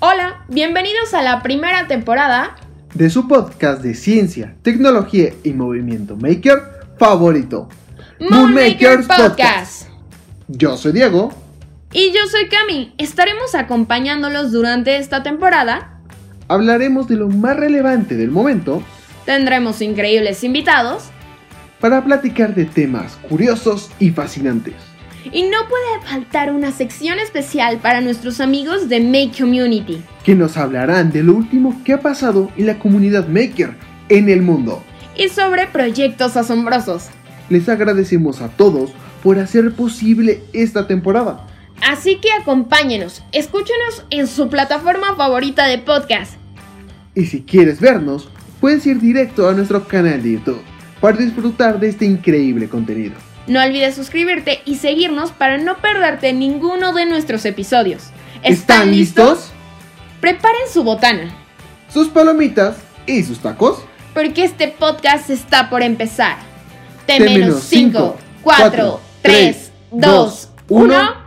Hola, bienvenidos a la primera temporada. de su podcast de ciencia, tecnología y movimiento maker favorito, Moonmakers Podcast. Yo soy Diego. Y yo soy Cami. Estaremos acompañándolos durante esta temporada. Hablaremos de lo más relevante del momento Tendremos increíbles invitados. para platicar de temas curiosos y fascinantes. Y no puede faltar una sección especial para nuestros amigos de Make Community. que nos hablarán de lo último que ha pasado en la comunidad maker en el mundo. Y sobre proyectos asombrosos. Les agradecemos a todos por hacer posible esta temporada. Así que acompáñenos, escúchenos en su plataforma favorita de podcast. Y si quieres vernos, puedes ir directo a nuestro canal de YouTube para disfrutar de este increíble contenido. No olvides suscribirte y seguirnos para no perderte ninguno de nuestros episodios. ¿Están listos? Preparen su botana, Sus palomitas y sus tacos. porque este podcast está por empezar. T T-cinco, 5, 4, cuatro, 3, tres, 2, dos, uno. 1.